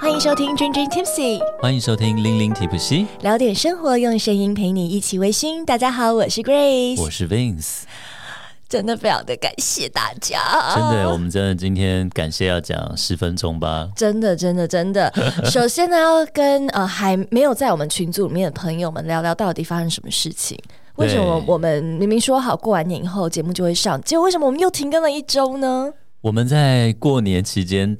欢迎收听《君君 Tipsy》，欢迎收听《零零提普西》，聊点生活，用声音陪你一起微醺。大家好，我是 Grace，我是 Vince。真的非常的感谢大家，真的，哦我们真的今天感谢要讲十分钟吧。真的，真的，真 的。首先呢，要跟呃还没有在我们群组里面的朋友们聊聊，到底发生什么事情。为什么对我们明明说好过完年以后节目就会上，结果为什么我们又停更了一周呢？我们在过年期间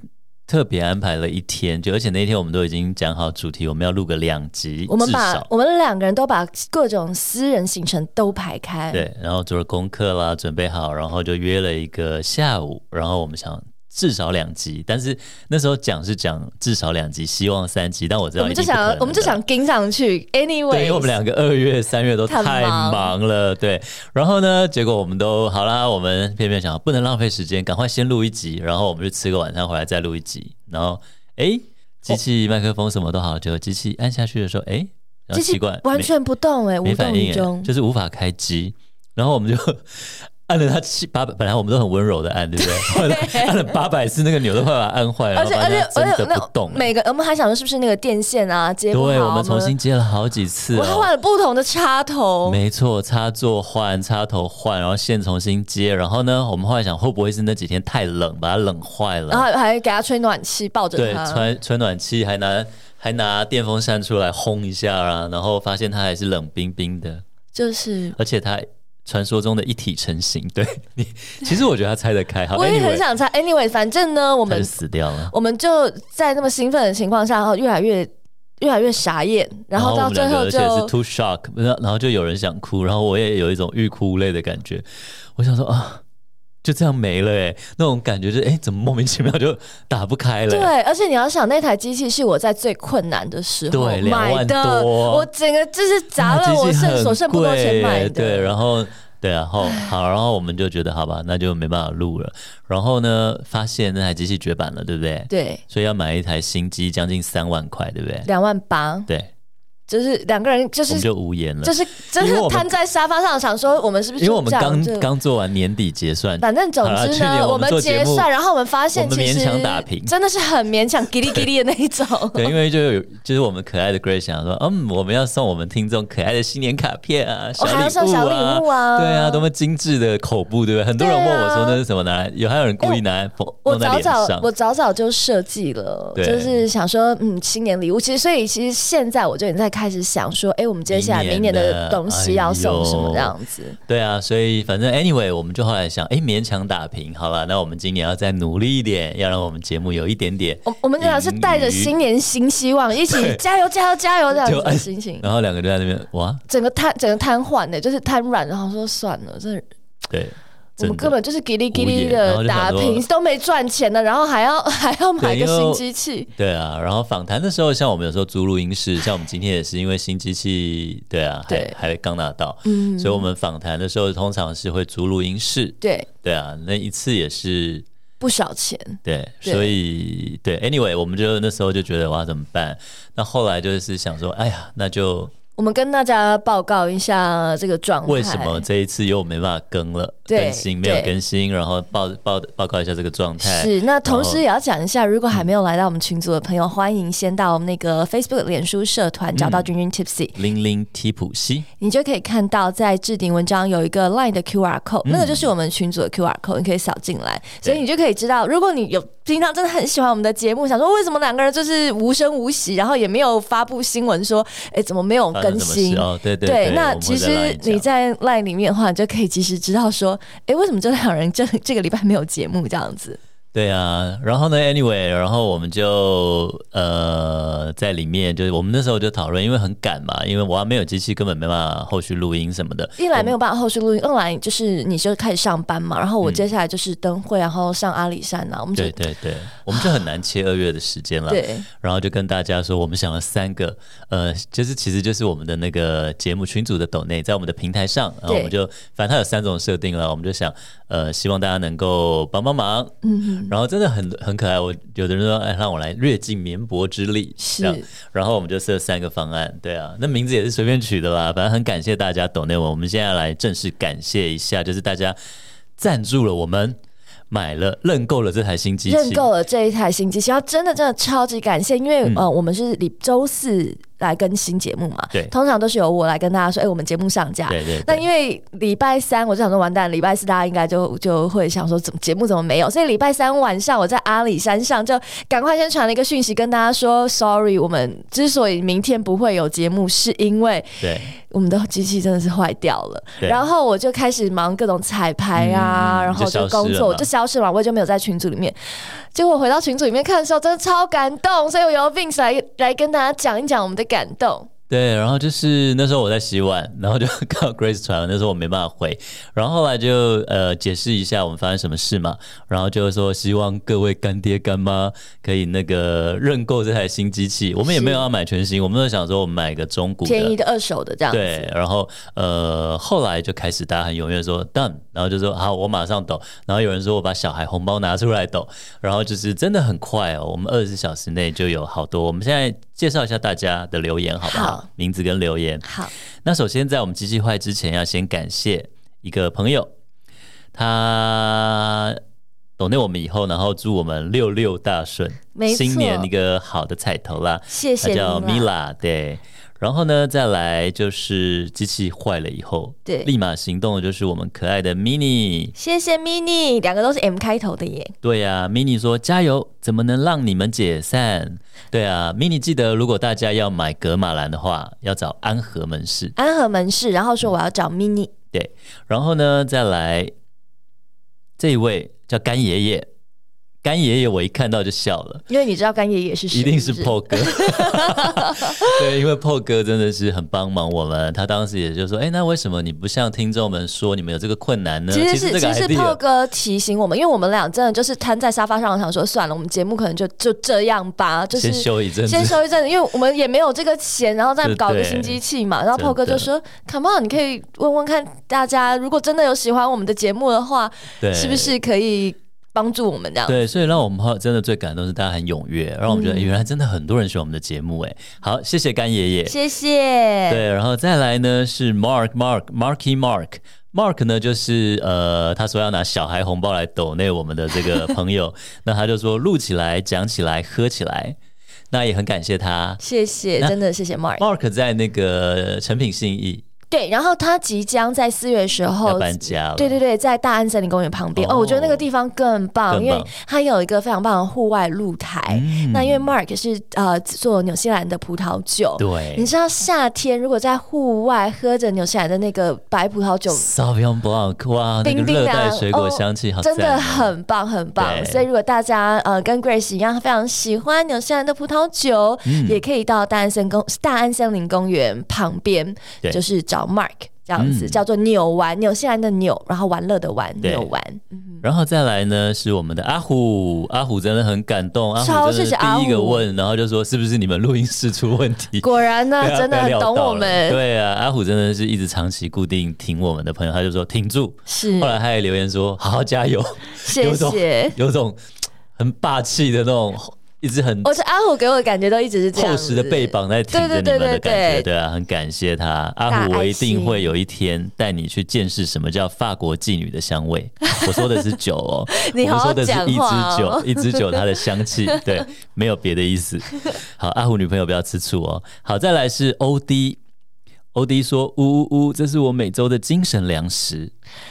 特别安排了一天，就而且那天我们都已经讲好主题，我们要录个两集，我们至把少我们两个人都把各种私人行程都排开，对，然后做了功课啦，准备好，然后就约了一个下午，然后我们想。至少两集，但是那时候讲是讲至少两集，希望三集，但我知道我们一就定不可想能我们就的想跟上去。对，因为我们 Anyway，两个二月、三月都太太忙忙了，对。然后呢，结果我们都好啦，我们偏偏想不能浪费时间，赶快先录一集，然后我们就吃个晚餐回来再录一集。然后，哎，机器、麦克风什么都好，结果机器按下去的时候，哎，然后机器奇怪，完全不动哎、没无没动反于应诶，衷。就是无法开机。然后我们就按了它七八百，本来我们都很温柔的按，对不对？后来按了八百次，那个钮都快把它按坏了，而且然后而发现且它而且真的不动欸那。每个我们还想说是不是那个电线啊接对，不好，我们重新接了好几次、我哦，还换了不同的插头，没错，插座换，插头换，然后线重新接。然后呢，我们后来想，会不会是那几天太冷，把它冷坏然后还了？还给它吹暖气，抱着对，它。穿穿暖气，还拿还拿电风扇出来烘一下啊，然后发现它还是冷冰冰的，就是而且它传说中的一体成型。对你，其实我觉得他猜得开，好，我也很 anyway，想猜。Anyway，反正呢，我它们就死掉了。我们就在那么兴奋的情况下，然后越来越越来越傻眼，然后我到们最两个后而且是就 too shock，然后然后就有人想哭，然后我也有一种欲哭无泪的感觉。我想说啊，就这样没了哎、那种感觉就是哎、怎么莫名其妙就打不开了、欸啊对，而且你要想，那台机器是我在最困难的时候对两买万的，多我整个就是砸那了机我器剩很所剩不多钱买的。贵欸对，然后对啊，后好，然后我们就觉得好吧，那就没办法录了。然后呢，发现那台机器绝版了，对不对？对，所以要买一台新机，将近三万块，对不对？两万八，对，就是两个人就我是们就无言了，就是真因为我是们瘫在沙发上，想说我们是不是因为我们就这样刚就刚做完年底结算，反正总好啦之去年呢，我们做节结目算，然后我们发现我们其实勉强打平真的是很勉强，叽里叽里的那一种。 对，因为就有就是我们可爱的 Grace 想说，嗯，我们要送我们听众可爱的新年卡片啊，小哦礼物还要送小啊，礼物啊对啊，多么精致的口部，对不对？很多人对问啊我说那是什么拿来，有还有人故意拿来缝、哎我弄在早脸早上我。早早就设计了，对就是想说，嗯，新年礼物。其实，所以其实现在我就已经在开始想说，哎、我们接下来明明年年的的东西要送什么哎呦这样子。对啊，所以反正 anyway，我们就后来想，哎，勉强打平，好了，那我们今年要再努力一点，要让我们节目有一点点。我我们俩是带着新年新希望，一起哎对加油加油加油这样子就哎的心情，然后两个就在那边，哇，整个瘫整个瘫痪的，就是瘫软，然后说算了，这对，我们真的根本就是叽里叽无里言然后的就打想说平，都没赚钱的，然后还要 还要买对个因为新我机器。对啊，然后访谈的时候，像我们有时候租录音室，像我们今天也是因为新机器，对啊，对嗯还还刚拿到，所以我们访谈的时候通常是会租录音室，对，对啊，那一次也是不少钱。对，对所以对，anyway，我们就那时候就觉得哇怎么办？那后来就是想说，哎呀，那就我们跟大家报告一下这个状态。为什么这一次又没办法更了，对更新没有对更新，然后报报报告一下这个状态，是，那同然时后也要讲一下，如果还嗯没有来到我们群组的朋友，欢迎先到我们那个 Facebook 脸书社嗯团找到君君 Tipsy，、零零提普西，你就可以看到在置顶文章有一个 Line 的 QR code，、那个就是我们群组的 QR code，你可以扫进来，所嗯对以你就可以知道，如果你有平常真的很喜欢我们的节目，想说为什么两个人就是无声无息，然后也没有发布新闻说，哎、怎么没有发生更什么新事？哦，对对对，我那们会其再来实讲你在 LINE 里面的话，你就可以及时知道说，哎，为什么这两人这这个礼拜没有节目这样子？对啊，然后呢，anyway，然后我们就呃在里面，就是我们那时候就讨论，因为很赶嘛，因为我还没有机器，根本没办法后续录音什么的。一来没有办法后续录音，二来就是你就开始上班嘛，然后我接下来就是灯会，然后上阿里山呐、我们就对对对，我们就很难切二月的时间了。对然后就跟大家说，我们想了三个，呃，就是其实就是我们的那个节目群组的抖内，在我们的平台上，然后对我们就反正它有三种设定了，我们就想，呃，希望大家能够帮帮忙，嗯，然后真的很很可爱，我有的人说，哎，让我来略尽绵薄之力，是这样然后我们就设三个方案，对啊，那名字也是随便取的啦，反正很感谢大家抖内我，我们现在来正式感谢一下，就是大家赞助了我们。买了认购了这台新机器，认购了啊这一台新机器，要真的真的超级感谢，因为、嗯呃，我们是礼周四来更新节目嘛，对通常都是由我来跟大家说，哎、我们节目上架。对对那对，因为礼拜三我就想说完蛋，礼拜四大家应该就就会想说怎么节目怎么没有，所以礼拜三晚上我在阿里山上就赶快先传了一个讯息跟大家说，sorry，我们之所以明天不会有节目，是因为对我们的机器真的是坏掉了，对然后我就开始忙各种彩排啊，嗯然后就消就失工了作我嘛就消失嘛，我也就没有在群组里面。结果回到群组里面看的时候，真的超感动，所以我由 Vince 来来跟大家讲一讲我们的感动。对，然后就是那时候我在洗碗，然后就 看到 Grace 传，那时候我没办法回，然后后来就呃解释一下我们发生什么事嘛，然后就是说希望各位干爹干妈可以那个认购这台新机器，我们也没有要买全新，我们都想说我们买个中古便宜的。的二手的这样子，对，然后呃，后来就开始大家很踊跃说 done，然后就说好，我马上抖，然后有人说我把小孩红包拿出来抖，然后就是真的很快哦，我们二十小时内就有好多。我们现在介绍一下大家的留言好不好好名字跟留言，好，那首先，在我们机器坏之前，要先感谢一个朋友，他懂内我们以后，然后祝我们六六大顺没，错新年一个好的彩头啦。谢他谢啊叫你米啦。拉，对。然后呢，再来就是机器坏了以后，对立马行动的就是我们可爱的 mini。谢谢 mini，两个都是 M 开头的耶。对呀、m i n i 说加油，怎么能让你们解散？对啊，mini 记得，如果大家要买格马兰的话，要找安和门市。安和门市，然后说我要找 mini，然后呢，再来这一位叫干爷爷，干爷爷我一看到就笑了，因为你知道干爷爷是谁，一定是不 PO 哥。对，因为 PO 哥真的是很帮忙我们，他当时也就说，哎，那为什么你不向听众们说你们有这个困难呢？其实是这其个实是 idea Paul 哥提醒我们，因为我们俩真的就是瘫在沙发上，想说算了，我们节目可能就就这样吧，就是先休一阵子先。休一阵子，因为我们也没有这个钱，然后再 对搞一个对新机器嘛。然后真 Paul 哥就的说：“Come on，你可以问问看大家，如果真的有喜欢我们的节目的话，对，是不？是可以帮助我们这样？”对，所以让我们后真的最感动是大家很踊跃，让我们觉得、嗯哎诶原来真的很多人喜欢我们的节目。哎，好，谢谢干爷爷，谢谢。对，然后再来呢是 Mark Mark Marky Mark Mark 呢，就是呃，他说要拿小孩红包来抖内我们的这个朋 友，那他就说录起来、讲起来、喝起来，那也很感谢他。谢谢，那真的谢谢 Mark。 Mark 在那个成品信义对，然后他即将在四月的时要候搬家哦了，对对对，在大安森林公园旁边。哦哦我觉得那个地方更棒，更棒因为它有一个非常棒的户外露台。嗯那因为 Mark 是呃做纽西兰的葡萄酒，你对知道夏天如果在户外喝着纽西兰的那个白葡萄酒， ，Sauvignon Blanc，哇，那个冰冰热带凉水果哦香气好、赞真的哦很棒很棒。对所以如果大家呃跟 Grace 一样非常喜欢纽西兰的葡萄酒，嗯也可以到大安森公大安森林公园旁边对，就是找 Mark 这样子，嗯叫做纽玩纽西兰的纽，然后玩乐的玩对纽玩。嗯然后再来呢，是我们的阿虎，阿虎真的很感动，阿超虎真谢谢的阿第一个虎问，然后就说是不是你们录音室出问题？果然呢对，啊 真的被很料懂到我了们，对啊，阿虎真的是一直长期固定挺我们的朋友，他就说挺住。是后来他也留言说：“好好加油，谢有种谢。 有种很霸气的那种，一直很我是阿虎给我的感觉都一直是这样厚子实的背，膀在挺着对对你们的对对感觉。”对对啊，很感谢他，阿大虎，我爱一定心会有一天带你去见识什么叫法国妓女的香 味。我说的是酒哦，你我好们好说的是讲一话支酒哦，。一支酒它的 香气，对，没有别的意思。好，阿虎女朋友不要吃醋哦。好，再来是 O D。O D 说：“呜呜呜，这是我每周的精神粮食，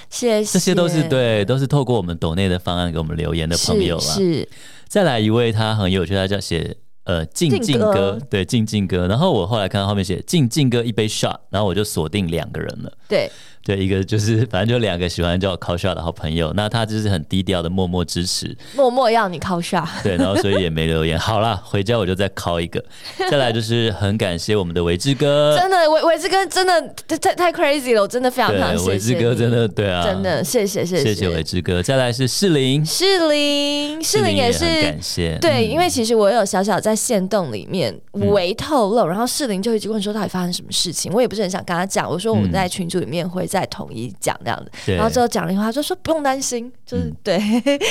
谢谢，这些都是对，都是透过我们抖内的方案给我们留言的朋友啊啦。是是再来一位，他很有趣，他叫写呃静静静哥哥，对静静哥。然后我后来看到后面写静静哥一杯 shot，然后我就锁定两个人了。对，对，一个就是反正就两个喜欢叫我 call shot 的好朋友，那他就是很低调的默默支持，默默要你靠下，对，然后所以也没留 言。好啦，回家我就再敲一个。再来就是很感谢我们的维志哥，真的，伟伟志哥真的太太 crazy 了，我真的非常非常对，谢谢维志你哥真的对啊，真的谢谢谢谢谢维志哥。再来是适龄，士林，士林也也很是感谢，对，嗯因为其实我有小小在线洞里面微透露，然后士林就一直问说到底发生什么事情，我也不是很想跟他讲，我说我嗯们在群组里面会再统一讲这样子，对然后最后讲了以后，他就说不用担心，就是、嗯对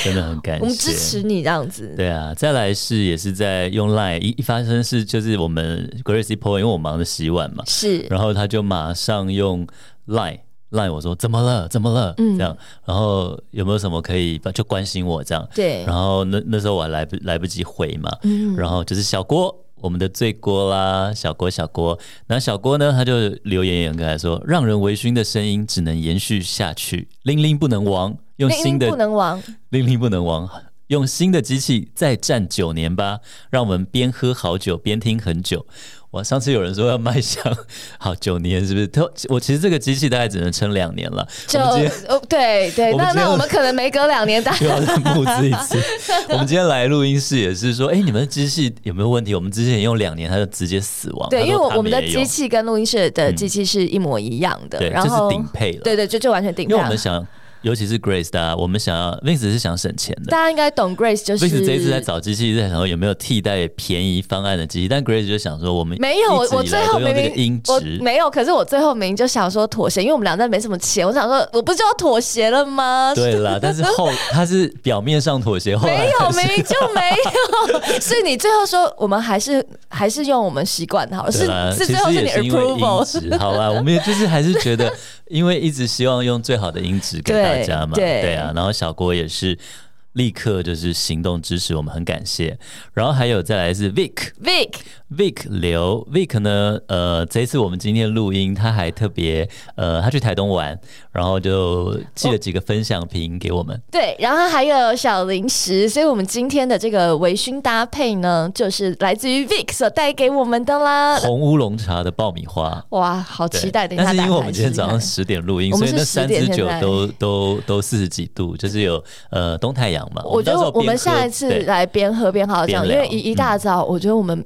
真的很感谢，我们支持你这样子，对啊，再来是也是在用 Line 一一发生事，就是我们 Gracie Po，因为我忙着洗碗嘛，是然后他就马上用 Line 赖我说怎么了，怎么了，嗯这样，然后有没有什么可以就关心我这样，对然后那那时候我还来不来不及回嘛，嗯然后就是小郭，我们的醉郭啦，小郭小郭，那小郭呢，他就留言也很可爱说，让人微醺的声音只能延续下去，玲玲不能亡，用令新令的不能亡，玲玲不能亡。用新的机器再战九年吧，让我们边喝好酒边听很久。我上次有人说要卖相，好九年是不是？他我其实这个机器大概只能撑两年了。 就我们今天哦对对，我们那今天那我们可能没隔两 年大又要再募资一 次。我们今天来录音室也是说，哎、你们的机器有没有问题？我们之前用两年，它就直接死亡。对，他因为说我他我们的也有嗯机器跟录音室的机器是一模一样的，对，然这后是顶配了。对对，就就完全顶啊因为我上们。想，尤其是 Grace 的、啊，我们想要 Vince 是想省钱的大。家应该懂 Grace 就是 Vince 这一次在找机器，在想说有没有替代便宜方案的机器，但 Grace 就想说我们没有，我一直以我来最后都用明这个明音我质，没有，可是我最后明明就想说妥协，因为我们俩真的没什么钱，我想说我不是就要妥协了吗？对啦，但是后它是表面上妥协，后来没有，还是明明就没有， 是你最后说我们还是还是用我们习惯好了，是对啦是其最实后也你是因为音 approval，质，好吧，我们也就是还是觉得，因为一直希望用最好的音质给大家嘛，对对对啊，然后小郭也是。立刻就是行动支持，我们很感谢。然后还有再来是 Vic，Vic Vic 刘 Vic 呢，呃，这一次我们今天录音，他还特别呃，他去台东玩，然后就哦寄了几个分享评给我们。对，然后还有小零食，所以我们今天的这个微醺搭配呢，就是来自于 Vic 所带给我们的啦。红乌龙茶的爆米花，哇，好对期待！等一但下是因打为开我们今天试试早上看十点录音，我所们以是那三支10点现酒在都都都四十几度，就是有呃东太阳嘛。我觉到时得候我们边喝下一次对来边喝边好好讲，边因聊嗯为一一大早，我觉得我们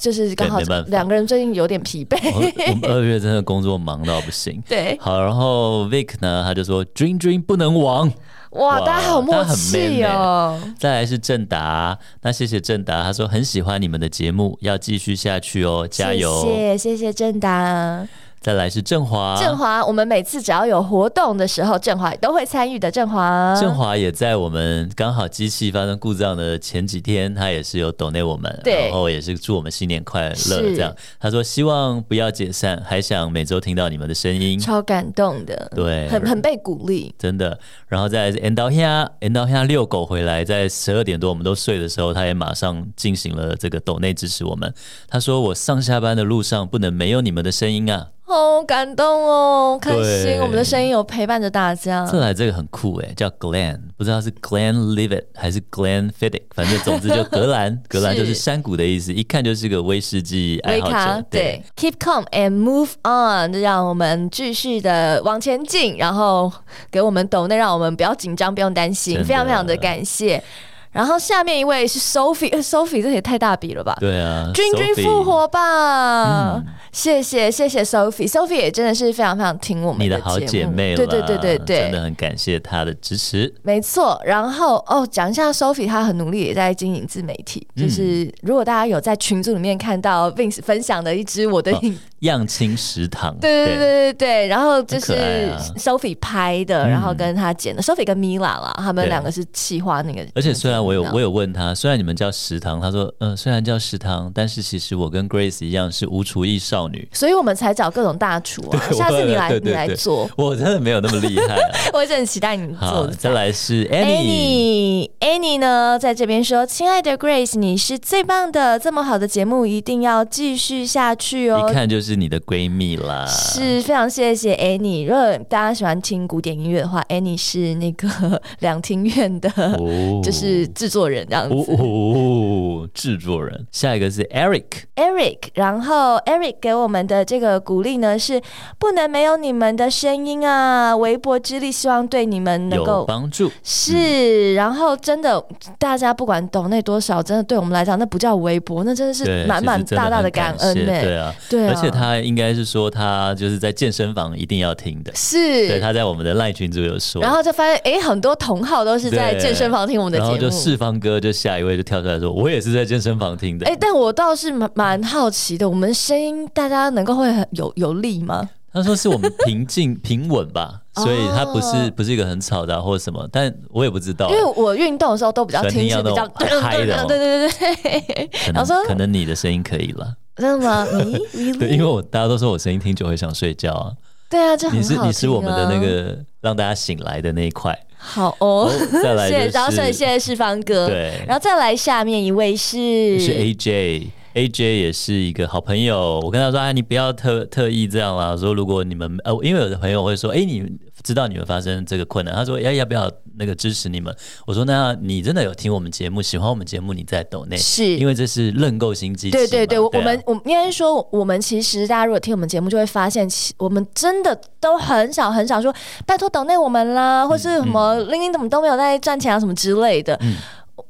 就是刚好对没办法哦两个人最近有点疲惫。 我我们二月真的工作忙到不行。对，好，然后 Vic 呢，他就说 Dream Dream 不能亡。哇，哇大家好大家默很契 man 欸哦。再来是正达，那谢谢正达，他说很喜欢你们的节目，要继续下去哦，加油。啊谢谢谢谢正达、再来是振华，振华，我们每次只要有活动的时候，振华都会参与的。振华，振华也在我们刚好机器发生故障的前几天，他也是有 donate 我们，对然后也是祝我们新年快乐是这样。他说希望不要解散，还想每周听到你们的声音，超感动的，对很很被鼓励。真的。然后再来是 end 到下，end 到下遛狗回来，在十二点多我们都睡的时候，他也马上进行了这个 donate 支持我们。他说我上下班的路上不能没有你们的声音啊，好感动哦，开心！对我们的声音有陪伴着大家。再来这个很酷诶、叫 Glen，不知道是 Glen Livet 还是 Glen Fiddick，反正总之就 格兰，格兰就是山谷的意思，一看就是个威士忌爱维好卡者。对，keep calm and move on，就让我们继续的往前进，然后给我们抖内，让我们不要紧张，不用担心，真的非常非常的感谢。然后下面一位是 Sophie，Sophie 这也太大笔了吧？对嗯啊，君君 Sophie 复。活吧！谢谢谢谢 Sophie，Sophie 也真的是非常非常听我们你的的好节目姐妹了，对对对对对，真的很感谢她的支持。没错，然后哦，讲一下 Sophie，她很努力也在经营自媒体。嗯就是如果大家有在群组里面看到 Vince 分享的一支我的哦影，样青食堂，对对对对对，然后就是很可爱啊嗯 Sophie 拍的，然后跟她剪的、s o p h i e 跟 Mila 啦，他们对两个是企划那个。而且虽然我有那个频道我有问他，虽然你们叫食堂，他说嗯，虽然叫食堂，但是其实我跟 Grace 一样是无厨艺少女。所以我们才找各种大厨啊！对下次你来，对对对你来做，我真的没有那么厉 害啊、我一直很期待你做好，的菜。再来是 Annie Annie，Annie 呢，在这边说：“亲爱的 Grace，你是最棒的，这么好的节目一定要继续下去哦一，看就是你的闺蜜啦。是非常谢谢 Annie。如果大家喜欢听古典音乐的话，Annie 是那个 两厅院的，哦就是制作人这样子。哦哦哦，制作人。下一个是 Eric， Eric，然后 Eric 给我们的这个鼓励呢是不能没有你们的声音啊，微薄之力，希望对你们能有够帮助。是，然后真的，大家不管懂那多少，真的对我们来讲，那不叫微薄，那真的对，是满满其实真的大大的很感感恩谢呢、对啊，对啊，而且他应该是说他就是在健身房一定要听的。对，是，他在我们的赖群组有说。然后就发现，哎，很多同好都是在对健身房听我们的然后节就目。四方哥就下一位就跳出来说，我也是在健身房听的。哎，但我倒是蛮蛮好奇的，我们声音大家能够会很有有力吗？他说是我们 平静平稳吧，所以他不是哦不是一个很吵的啊或什么，但我也不知道因，为我运动的时候都比较喜欢听听是比要较那种嗨的哦对对对对，可我说嗯能可能你的声音可以了。真的吗？你 对，really？因为我大家都说我声音听久会想睡觉啊，对啊，这很你是好、啊、你是我们的那个让大家醒来的那一块。好哦，哦再来谢谢，就然后所以是谢谢是方哥，对，然后再来下面一位是是 AJ。AJ 也是一个好朋友，我跟他说：“啊，你不要特特意这样啦。”说如果你们呃，因为有的朋友会说：“哎、你知道你们发生这个困难。”他说：“要要不要那个支持你们？”我说：“那你真的有听我们节目，喜欢我们节目，你再抖内，是因为这是认购新机器嘛。”对对对，我我们啊我们应该说，我们其实大家如果听我们节目，就会发现，其我们真的都很少很少说拜托等内我们啦，或是什么玲玲怎么都没有在赚钱啊什么之类的。嗯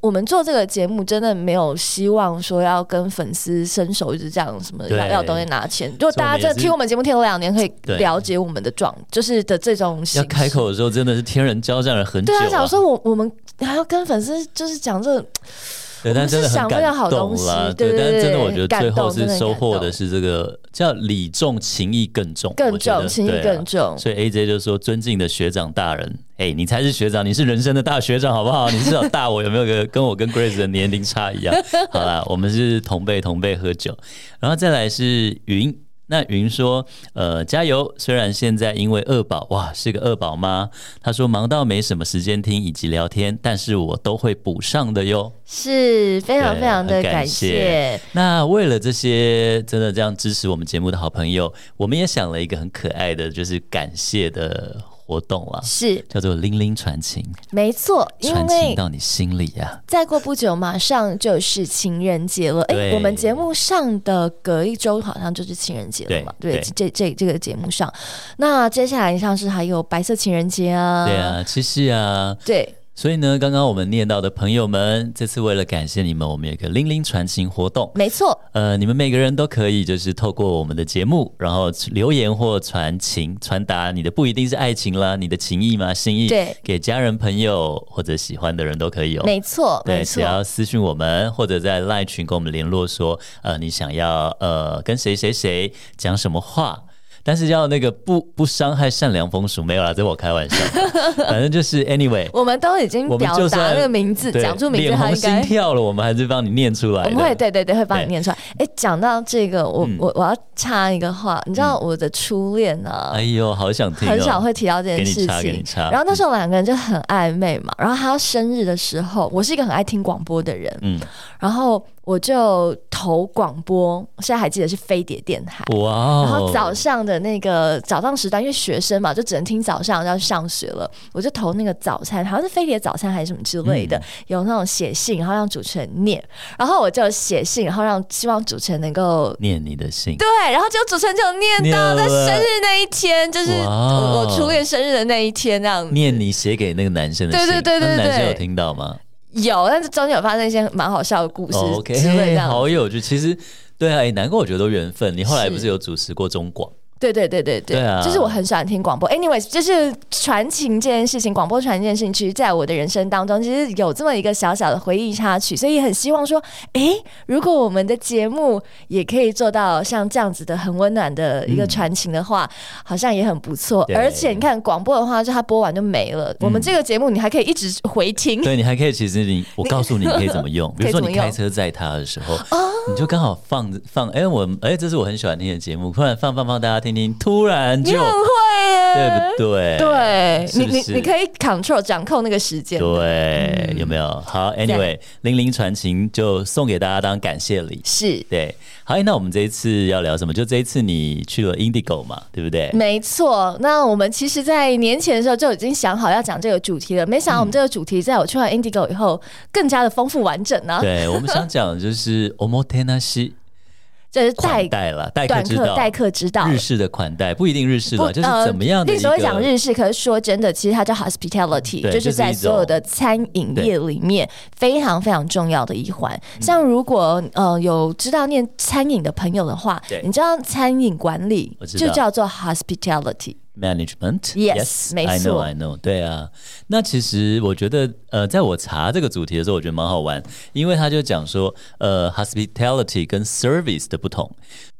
我们做这个节目真的没有希望说要跟粉丝伸手一直这样什么对要要东西拿钱。如果大家所以我们真的听我们也是节目听了两年，可以对了解我们的状，就是的这种形要式开口的时啊候真的是天人交战了很久、对啊。啊，想说我我们还要跟粉丝就是讲这种对，我但们真是的很想为了感好动东西啦。对对但是真的对我觉得感最后动真是的很收感获的动是这个叫礼重情义更重，更我觉得重，情谊对啊更重。所以 AJ 就说：“尊敬的学长大人，哎、你才是学长，你是人生的大学长，好不好？你至少大我有没有个跟我跟 Grace 的年龄差一样？好啦，我们是同辈同辈喝酒，然后再来是云。”那云说：“呃，加油！虽然现在因为二宝，哇，是个二宝妈。她说忙到没什么时间听以及聊天，但是我都会补上的哟。是非常对非常的很感感谢谢。那为了这些真的这样支持我们节目的好朋友，我们也想了一个很可爱的，就是感谢的活动啦，是叫做“零零传情”，没错，因传情为到你心里啊呀、再过不久马上就是情人节了。哎，对我们节目上的隔一周好像就是情人节了嘛？对对，这这这个节目上，那接下来像是还有白色情人节啊，对，啊，七夕啊。对，所以呢，刚刚我们念到的朋友们，这次为了感谢你们，我们有一个“零零传情”活动。没错，呃，你们每个人都可以就是透过我们的节目，然后留言或传情，传达你的不一定是爱情啦，你的情意嘛、心意，对给家人、朋友或者喜欢的人都可以哦。没错，对，没只错，要私讯我们，或者在 LINE 群跟我们联络说，呃，你想要呃跟谁谁谁讲什么话，但是要那个不不伤害善良风俗，没有啦，这我 开玩笑的，反正就是 anyway，我们都已经我们表就达算那个名字，对讲出名字，脸他红应心该跳了，我们还是帮你念出来我的，们会呃对对对，会帮你对念出来。哎，讲到这个，我嗯我我要插一个话，你知道我的初恋啊呢？哎呦，好想听、哦，很少会提到这件给你事插给你情。插然后那时候两个人就很暧昧嘛。然后他生日的时候，我是一个很爱听广播的人，嗯，然后我就投广播，我现在还记得是飞碟电台。哇哦，然后早上的那个早上时段，因为学生嘛，就只能听早上要上学了，我就投那个早餐，好像是飞碟早餐还是什么之类嗯的，有那种写信，然后让主持人念，然后我就写信，然后让希望主持人能够。念你的信，对，然后就主持人就念到在念了生日那一天，就是哇哦我我初恋生日的那一天那样。念你写给那个男生的信，对对对对那男生对有听到吗？有，但是中间有发生一些蛮好笑的故事 o k 之类这样。 好有趣。其实，对啊，哎、难怪我觉得都缘分。你后来是不是有主持过中广？对对对对对，对啊就是我很喜欢听广播。Anyways，就是传情这件事情，广播传情这件事情，其实在我的人生当中，其实有这么一个小小的回忆插曲，所以也很希望说，诶，如果我们的节目也可以做到像这样子的很温暖的一个传情的话，嗯好像也很不错。对而且你看广播的话，就它播完就没了，我们这个节目你还可以一直回 听。对你还可以，其实你我告诉你你可以怎么 用，比如说可以怎么你用哦开车载他的时候，你就刚好放放，哎、我哎、这是我很喜欢听的节目，突然放放放，大家听听，突然你就很会耶对，不对？对是不你是你你可以 control 掌控那个时间。对，有没有？好，Anyway，零零传情就送给大家当感谢礼。是，对，好，哎那我们这一次要聊什么？就这一次你去了 Indigo 嘛，对不对？没错，那我们其实，在年前的时候就已经想好要讲这个主题了，没嗯想到我们这个主题在我去完 Indigo 以后更加的丰富完整呢、对，我们想讲的就是 o m o t e n a s h i 就是款代待啦，待客短之课道，代课之道。日式的款待不一定日式不的，就是怎么样的呃？一历史会讲个。日式，可是说真的，其实它叫 hospitality，对就是在就是一种所有的餐饮业里面非常非常重要的一环。嗯像如果呃有知道念餐饮的朋友的话对，你知道餐饮管理我知道就叫做 hospitality。 management Yes，没 I 错 know I know，对啊。那其实我觉得，呃，在我查这个主题的时候，我觉得蛮好玩，因为他就讲说，呃，hospitality 跟 service 的不同。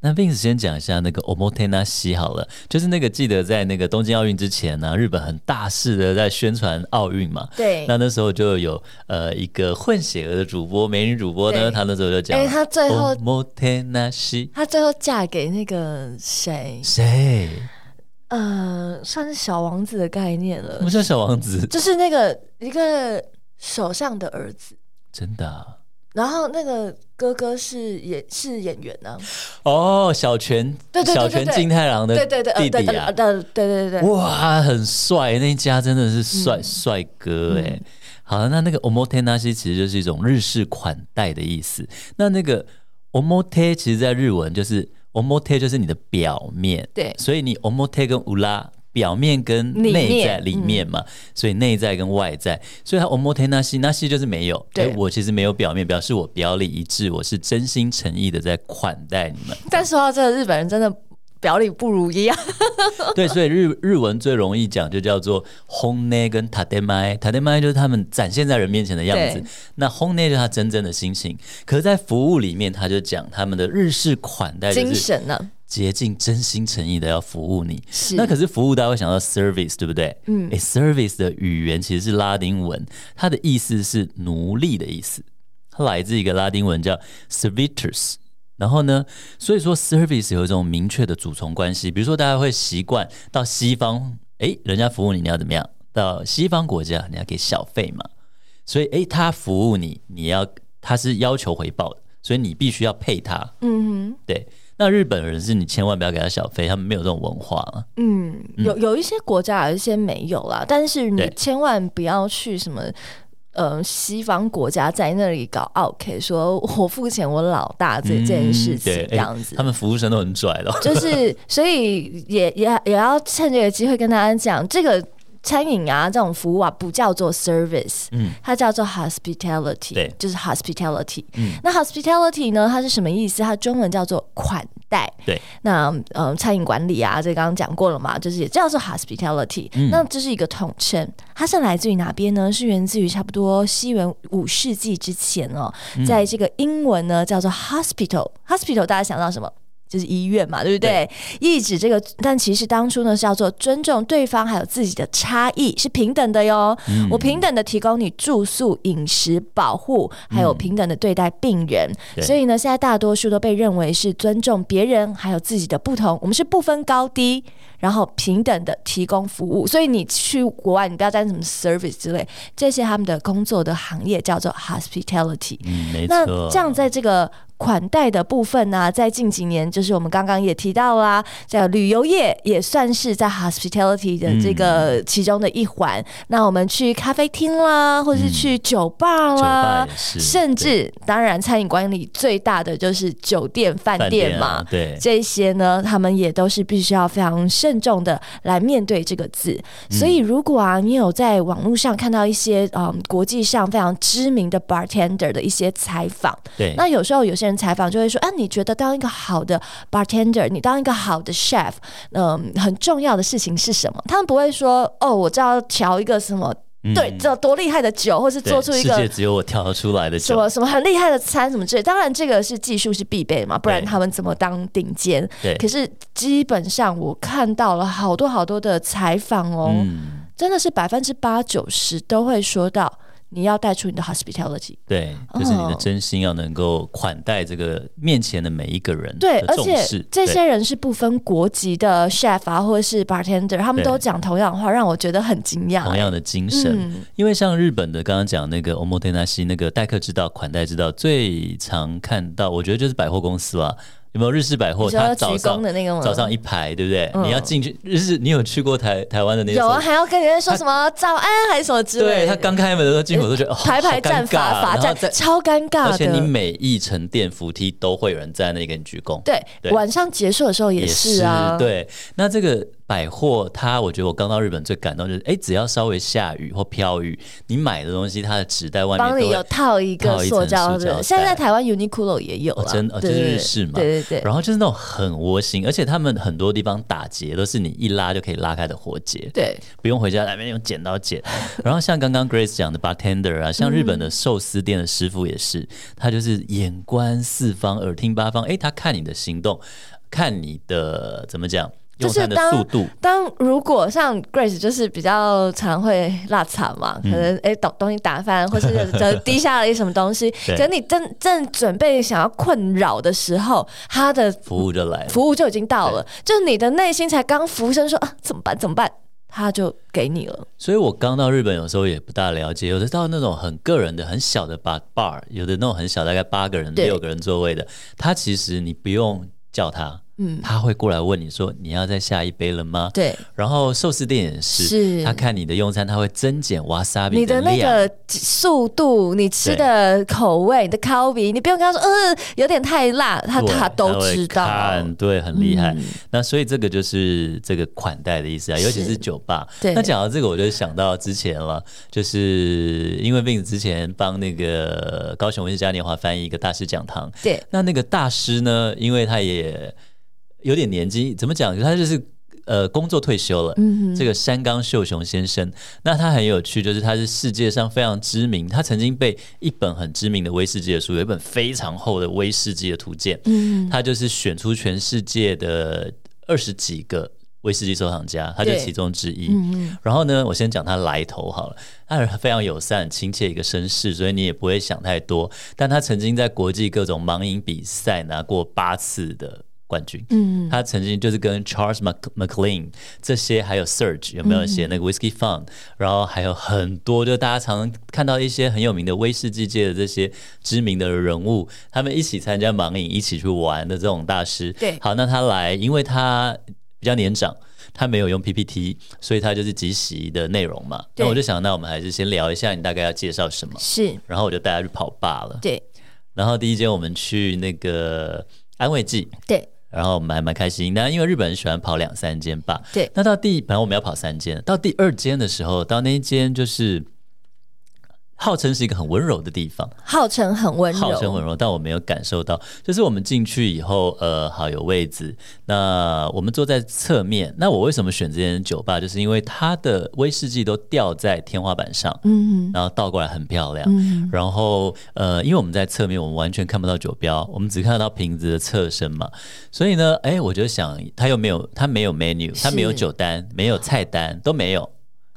那 Vince 先讲一下那个 omotenashi 好了，就是那个记得在那个东京奥运之前呢、日本很大肆的在宣传奥运嘛。对那那时候就有呃一个混血儿的主播，美女主播呢，对她那时候就讲，哎她最后 omotenashi 她最后嫁给那个谁？谁？呃，算是小王子的概念什了么，叫小王子？就是那个一个首相的儿子，真的啊、然后那个哥哥是演是演员呢、哦，小泉，对对对对小泉进太郎的对对对，弟呃，对弟对啊呃，对对对对，哇，很帅，那一家真的是帅嗯帅哥哎、好，那那个 omotenashi 其实就是一种日式款待的意思。那那个 omote 其实在日文就是 omote 就是你的表面，对所以你 omote 跟 ula 表面跟里面内在嗯里面嘛，所以内在跟外在，所以它 omotenashi 那些就是没有，对哎我其实没有表面，表示我表里一致，我是真心诚意的在款待你们。但说到这，日本人真的表里不如一啊，对，所以日日文最容易讲就叫做 “hone” 跟 “tademai”。“tademai” 就是他们展现在人面前的样子对，那 “hone” 就是他真正的心情。可是，在服务里面，他就讲他们的日式款待哎就精是神呢、竭尽呃真心诚意的要服务你。是那可是服务，大家会想到 service，对不对？嗯诶 s e r v i c e 的语言其实是拉丁文，它的意思是奴隶的意思，它来自一个拉丁文叫 servitors。然后呢，所以说 service 有一种明确的主从关系，比如说大家会习惯到西方，诶，人家服务你，你要怎么样？到西方国家，你要给小费嘛。所以，诶，他服务你，你要他是要求回报的，所以你必须要配他。嗯对，那日本人是你千万不要给他小费，他们没有这种文化嘛。哼，嗯，有有一些国家有一些没有啦，但是你对千万不要去什么。呃，西方国家在那里搞 OK，说我付钱，我老大这件事情嗯对这样子，他们服务生都很拽的哦。就是，所以也也也要趁这个机会跟大家讲，这个餐饮啊，这种服务啊，不叫做 service，嗯，它叫做 hospitality，对就是 hospitality。嗯那 hospitality 呢，它是什么意思？它中文叫做款待。对，那嗯、呃餐饮管理啊，这刚刚讲过了嘛，就是也叫做 hospitality、那嗯这是一个统称，它是来自于哪边呢？是源自于差不多西元五世纪之前哦，嗯在这个英文呢叫做 hospital。hospital 大家想到什么？就是医院嘛，对不对？意指这个，但其实当初呢是叫做尊重对方还有自己的差异是平等的哟。我平等的提供你住宿、饮食、保护，还有平等的对待病人。对所以呢，现在大多数都被认为是尊重别人还有自己的不同，我们是不分高低，然后平等的提供服务。所以你去国外，你不要沾什么 service 之类，这些他们的工作的行业叫做 hospitality。 嗯，没那错。这样在这个款待的部分呢、在近几年，就是我们刚刚也提到啦，在旅游业也算是在 hospitality 的这个其中的一环。嗯那我们去咖啡厅啦，或是去酒吧嗯酒吧啦，也是，甚对至当然餐饮管理最大的就是酒店、饭饭店店嘛。啊对，这些呢，他们也都是必须要非常慎重的来面对这个字。嗯所以，如果啊，你有在网络上看到一些嗯国际上非常知名的 bartender 的一些采访，对，那有时候有些人采访就会说，啊，你觉得当一个好的 bartender，你当一个好的 chef，嗯，很重要的事情是什么？他们不会说，哦，我知道调一个什么，嗯对，这多厉害的酒，或是对做出一世个界只有我跳得出来的什酒，么什么很厉害的餐什么之类，当然这个是技术是必备的嘛，不然对他们怎么当顶尖？对可，是基本上我看到了好多好多的采访哦，嗯，真的是百分之八九十都会说到你要带出你的 hospitality。对，就是你的哦真心要能够款待这个面前的每一个人对，的而重视，且这对些人是不分国籍的 chef 啊，或者是 bartender，他们对都讲同样的话，让我觉得很惊讶、同样的精神。嗯因为像日本的刚刚讲那个 omotenashi 那个待客之道、款待之道，最常看到，我觉得就是百货公司啊，有没有日式百货？你知道它鞠早躬上的那个吗？早上一排，对不对？嗯你要进去日式，你有去过台台湾的那个有啊，手还要跟人家说什么早安还是什么之类对的。他刚开门的时候进口都觉得哦排排站、好尴尬罚罚然后站再，超尴尬的。而且你每一层电扶梯都会有人在那里给你鞠躬，对，对晚上结束的时候也是啊，对。那这个百货，它我觉得我刚到日本最感动就是，哎，只要稍微下雨或飘雨，你买的东西它的纸袋外面帮都你有会。套一个套一层塑胶塑胶的。袋现在在台湾 Uniqlo 也有哦了，真哦对就是对日式嘛对对对然后就是那种很窝心，而且他们很多地方打结都是你一拉就可以拉开的活结，对，不用回家那边用剪刀剪。 然后像刚刚 Grace 讲的 bartender 啊，像日嗯本的寿司店的师傅也是，他就是眼哎观四方，耳听八方，诶，他看你的行动，看你的怎么讲。就用是餐的当速度，当如果像 Grace 就是比较常会落惨嘛，可嗯能哎东、东西打 翻，或是就滴下了一什么东西，对可能你正正准备想要困扰的时候，他的服务就来了。服务就已经到了，就是你的内心才刚浮生说啊怎么办怎么办，他就给你了。所以我刚到日本，有时候也不大了解，有的到那种很个人的、很小的 bar bar，有的那种很小，大概八个人、对六个人座位的，他其实你不用叫他，嗯，他会过来问你说你要再下一杯了吗？对，然后寿司店也是，是他看你的用餐，他会增减 wasabi 你的那量个速度，你吃的口味，你的口味，你不用跟他说，呃，有点太辣，他对他都会知道。看对，很厉害。嗯那所以这个就是这个款待的意思啊，尤其是是酒吧。对那讲到这个，我就想到之前了，就是因为 Vince 之前帮那个高雄文学嘉年华翻译一个大师讲堂，对，那那个大师呢，因为他也有点年纪，怎么讲？他就是呃，工作退休了。嗯这个山冈秀雄先生，那他很有趣，就是他是世界上非常知名，他曾经被一本很知名的威士忌的书，有一本非常厚的威士忌的图鉴，嗯，他就是选出全世界的二十几个威士忌收藏家，他就对其中之一。嗯然后呢，我先讲他来头好了。他是非常友善、很亲切一个绅士，所以你也不会想太多。但他曾经在国际各种盲饮比赛拿过八次的冠军。嗯，他曾经就是跟 Charles Mc McLean 这些，还有 Serge 有没嗯有写那个 Whisky Fun，、然后还有很多，就大家常常看到一些很有名的威士忌界的这些知名的人物，他们一起参加盲饮，一起去玩的这种大师。对好，那他来，因为他比较年长。他没有用 PPT，所以他就是即席的内容嘛。对那我就想，那我们还是先聊一下你大概要介绍什么，是然后我就带他去跑吧了。对然后第一间我们去那个安慰剂，对然后我们还蛮开心。那因为日本人喜欢跑两三间吧，对那到第本来我们要跑三间，到第二间的时候，到那一间就是号称是一个很温柔的地方，号称很温柔，号称温柔，但我没有感受到。就是我们进去以后，呃，好有位置，那我们坐在侧面。那我为什么选这间酒吧？就是因为它的威士忌都吊在天花板上，嗯然后倒过来很漂亮。嗯然后呃，因为我们在侧面，我们完全看不到酒标，我们只看得到瓶子的侧身嘛，所以呢，哎，我就想，它又没有，它没有 menu，它没有是酒单，没有菜单，都没有，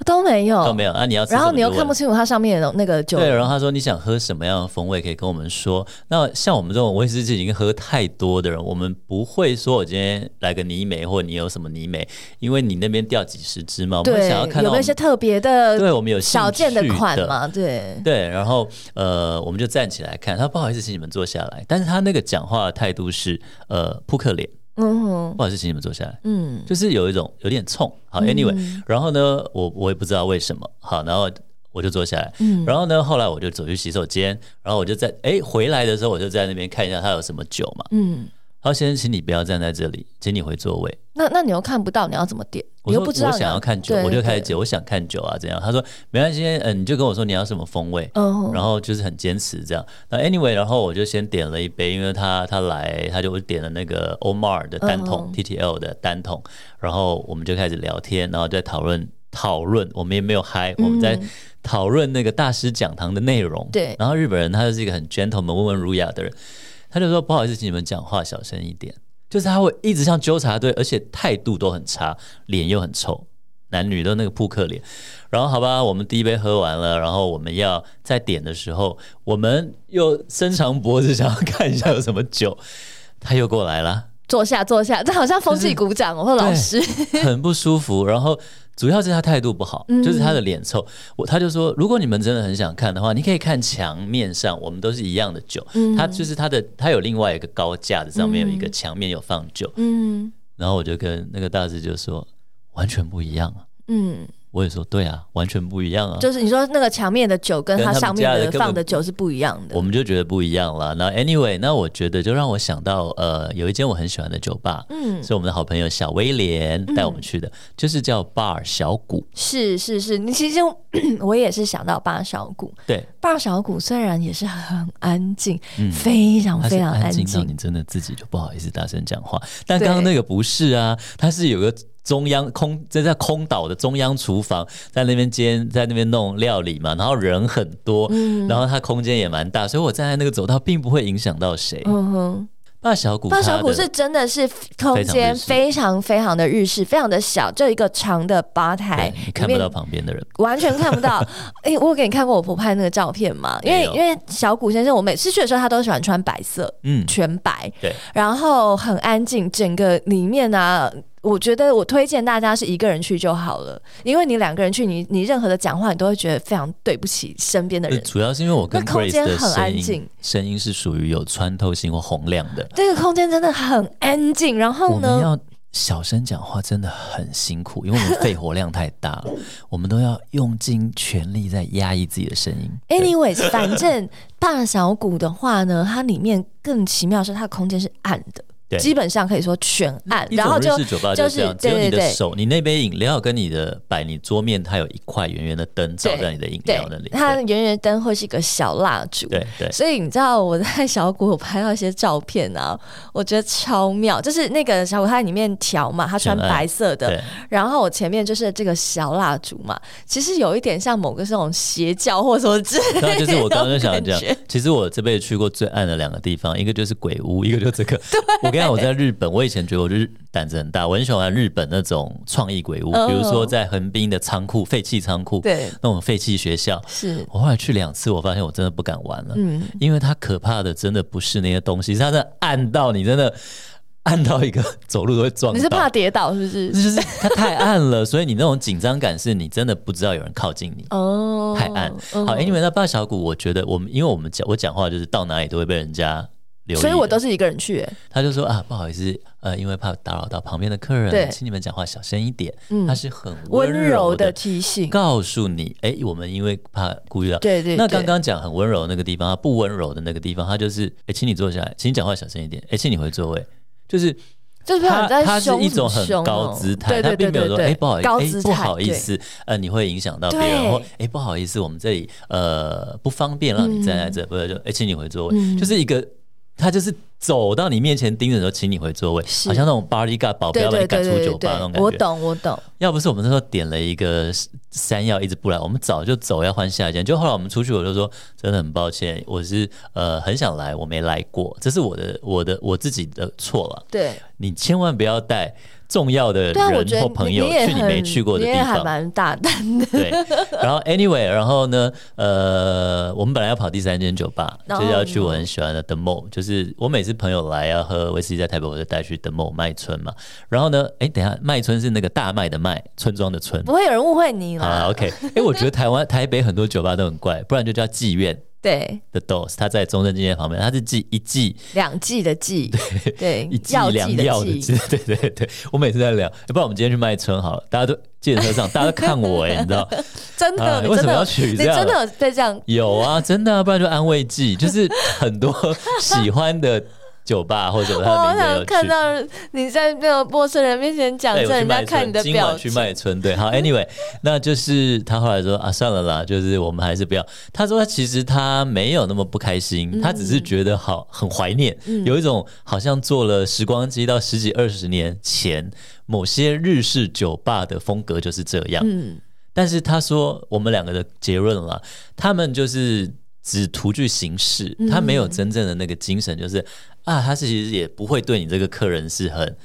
都没有都没有。那、啊你要吃哦然后什么你又就看不问清楚它上面的那个酒，对，然后他说你想喝什么样的风味，可以跟我们说。那像我们这种威士忌已经喝太多的人，我们不会说我今天来个泥梅，或你有什么泥梅，因为你那边掉几十支嘛，我们会对想要看有到没我有一们些特别的对我们有兴少见的趣款的嘛？对，对，然后呃，我们就站起来看，他不好意思，请你们坐下来。但是他那个讲话的态度是呃扑克脸，嗯哼不好意思，请你们坐下来，嗯就是有一种有点冲。好，anyway，、然后呢，我我也不知道为什么，好，然后我就坐下来，嗯然后呢，后来我就走去洗手间，然后我就在哎回来的时候，我就在那边看一下他有什么酒嘛。嗯。他说先生，请你不要站在这里，请你回座位。那那你又看不到，你要怎么点？我你说又不我知道你，想要看酒，对我就开始对解，我想看酒啊，怎样？他说没关系，嗯、你就跟我说你要什么风味，嗯，然后就是很坚持这样。那 anyway，然后我就先点了一杯，因为他他来他就点了那个 Omar 的单嗯桶、TTL 的单桶，然后我们就开始聊天，然后再讨论讨论，我们也没有嗨，我们在讨论那个大师讲堂的内容。对然后日本人他就是一个很 gentleman、温文儒雅的人，他就说不好意思，请你们讲话小声一点。就是他会一直像纠察队，而且态度都很差，脸又很臭，男女都那个扑克脸。然后好吧，我们第一杯喝完了，然后我们要再点的时候，我们又伸长脖子想要看一下有什么酒，他又过来了，坐下坐下，这好像风纪鼓掌哦，或老师， 很不舒服。然后主要是他态度不好，嗯就是他的脸臭。我他就说，如果你们真的很想看的话，你可以看墙面上，我们都是一样的酒。嗯他就是他的，他有另外一个高架子，上面有一个墙面有放酒。嗯然后我就跟那个大师就说，完全不一样啊。嗯，我也说对啊，完全不一样啊。就是你说那个墙面的酒跟跟它他们上面家的的根本放的不酒是不一样的我，们就觉得不一样了。那 anyway，那我觉得就让我想到，呃，有一间我很喜欢的酒吧，嗯，是我们的好朋友小威廉带我们去的，就是叫 Bar 小谷。是是是，你其实 我也是想到八小谷，对，八小谷虽然也是很安静，非常嗯它是哦非常安安静到静，你真的自己就不好意思大声讲话。但对刚刚那个不是啊，它是有个。中央空在在空岛的中央厨房，在那边煎，在那边弄料理嘛，然后人嗯很多，然后它空间也蛮大，所以我站在那个走道并不会影响到谁。嗯哼，大小谷八它小的谷是真的是空间非常非常的日式，非常的小，就一个长的吧台对，你里看不面到旁边的人，完全看不 到。哎、我有给你看过我婆拍那个照片吗？因为没有因为小谷先生，我每次去的时候，他都喜欢穿白色，嗯，全白，对，然后很安静，整个里面啊。我觉得我推荐大家是一个人去就好了，因为你两个人去，你你任何的讲话，你都会觉得非常对不起身边的人。主要是因为我跟那空 Grace 间的很安声音静声音是属于有穿透性或洪亮的，这个空间真的很安静，然我后们呢，要小声讲话真的很辛苦，因为我们肺活量太大了，我们都要用尽全力在压抑自己的声音。对 Anyways，反正大小谷的话呢，它里面更奇妙的是它的空间是暗的，对基本上可以说全暗，一种然后就日式酒吧就是这样，就是只有你对对的对手，你那杯饮料跟你的摆你桌面，它有一块圆圆的灯照在你的饮对料那里。，它对的圆圆灯会是一个小蜡烛。对对，所以你知道我在小谷有拍到一些照片啊，我觉得超妙，就是那个小谷他在里面调嘛，他穿全暗白色的对，然后我前面就是这个小蜡烛嘛，其实有一点像某个这种邪教或什么之类的感觉，然后啊就是我刚刚就想讲，其实我这辈子去过最暗的两个地方，一个就是鬼屋，一个就是 这个。我跟你讲，我在日本，我以前觉得我日胆子很大，我很喜欢玩日本那种创意鬼屋，哦比如说在横滨的仓库、废弃仓库， 对那种废弃学校。是我后来去两次，我发现我真的不敢玩了，嗯因为它可怕的真的不是那些东西，是它真的暗到你真的暗到一个走路都会撞到。你是怕跌倒是不是？ 就是它太暗了，所以你那种紧张感是你真的不知道有人靠近你。哦，太暗。嗯好，因为那八小谷，我觉得我们因为我们讲我讲话就是到哪里都会被人家留意的，所以我都是一个人去、欸他就说啊不好意思，呃，因为怕打扰到旁边的客对人，请你们讲话小声一点。嗯他是很温柔柔的的提醒。告诉你，哎，我们因为怕顾虑到。对对对，那刚刚讲很温柔的那个地方，他不温柔的那个地方，他就是，哎，请你坐下来，请你讲话小声一点，哎，请你回座位，就是就是他在他是凶一种什么很凶哦高姿态，对他对并对没有对说对，哎不好意高思，哎姿态不好意，思，呃你会影响到别人，对或哎不好意思，我们这里呃不方便让你站在这，不是就哎请你回座位，嗯就是一个他就是走到你面前盯着你说请你回座位，是好像那种 bodyguard 保对镖把对你赶对出对酒对吧那种对，感我觉。懂我懂，要不是我们那时候点了一个山药一直不来，我们早就走要换下一间。就后来我们出去，我就说真的很抱歉，我是呃很想来，我没来过，这是我的我的我自己的错了。对你千万不要带重要的对啊，我觉得人或朋友你也去你很没去过的你地也还方。蛮大胆的，对，然后 anyway，然后呢，呃，我们本来要跑第三间酒吧， 然就后是要去呢我很喜欢的 The Mall，就是我每次朋友来要喝威士忌，在台北我就带去 The Mall 麦村嘛。然后呢，哎，等一下麦村是那个大麦的麦，村庄的村。不会有人误会你好啦啦。 ，OK，哎，我觉得台湾台北很多酒吧都很怪，不然就叫妓院对，的 Dos，它在中正纪念旁边，它是妓一妓两季的季， 对一，剂药良剂药的的剂 剂，，对对对，我每次在聊，欸要不然我们今天去卖春好了，大家都 计程车上，大家都看我哎、你知道？ 真的，啊你为什真么要的，取你这样真的有被这样有啊，真的、啊，不然就安慰剂，就是很多喜欢的酒吧或者我 他好 的名想字有看去。到你在那个陌生人面前讲对，这，哎我去人家卖看你春，的今表晚去情。卖春，对，好，anyway，那就是他后来说啊，算了啦，就是我们还是不要。他说他其实他没有那么不开心，嗯他只是觉得好很怀念，有一种好像坐了时光机到十几二十年前某些日式酒吧的风格就是这样。嗯，但是他说我们两个的结论了，他们就是只图具形式，嗯他没有真正的那个精神，就是、啊，他是其实也不会对你这个客人是很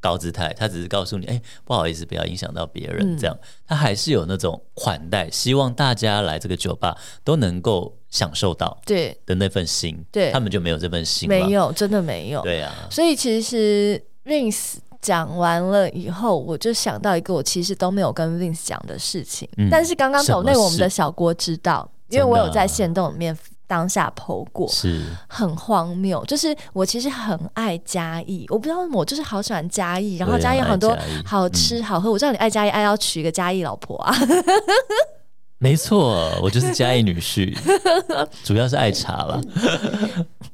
高姿态，他只是告诉你，哎、不好意思，不要影响到别嗯人，这样，他还是有那种款待，希望大家来这个酒吧都能够享受到对，的那份心，对他们就没有这份心了，没，有，真的没有。对啊，所以其实 Vince 讲完了以后，我就想到一个我其实都没有跟 Vince 讲的事情，嗯但是刚刚什么抖内我们的事小郭知道，因为真的我啊有在线动里面当下剖过，是，很荒谬。就是我其实很爱嘉义，我不知道为什么，我就是好喜欢嘉义，然后我也嘉义有啊很爱很多嘉义嗯好吃好喝。我知道你爱嘉义，爱要娶一个嘉义老婆啊。 没错，我就是嘉义女 婿，主要是爱茶啦。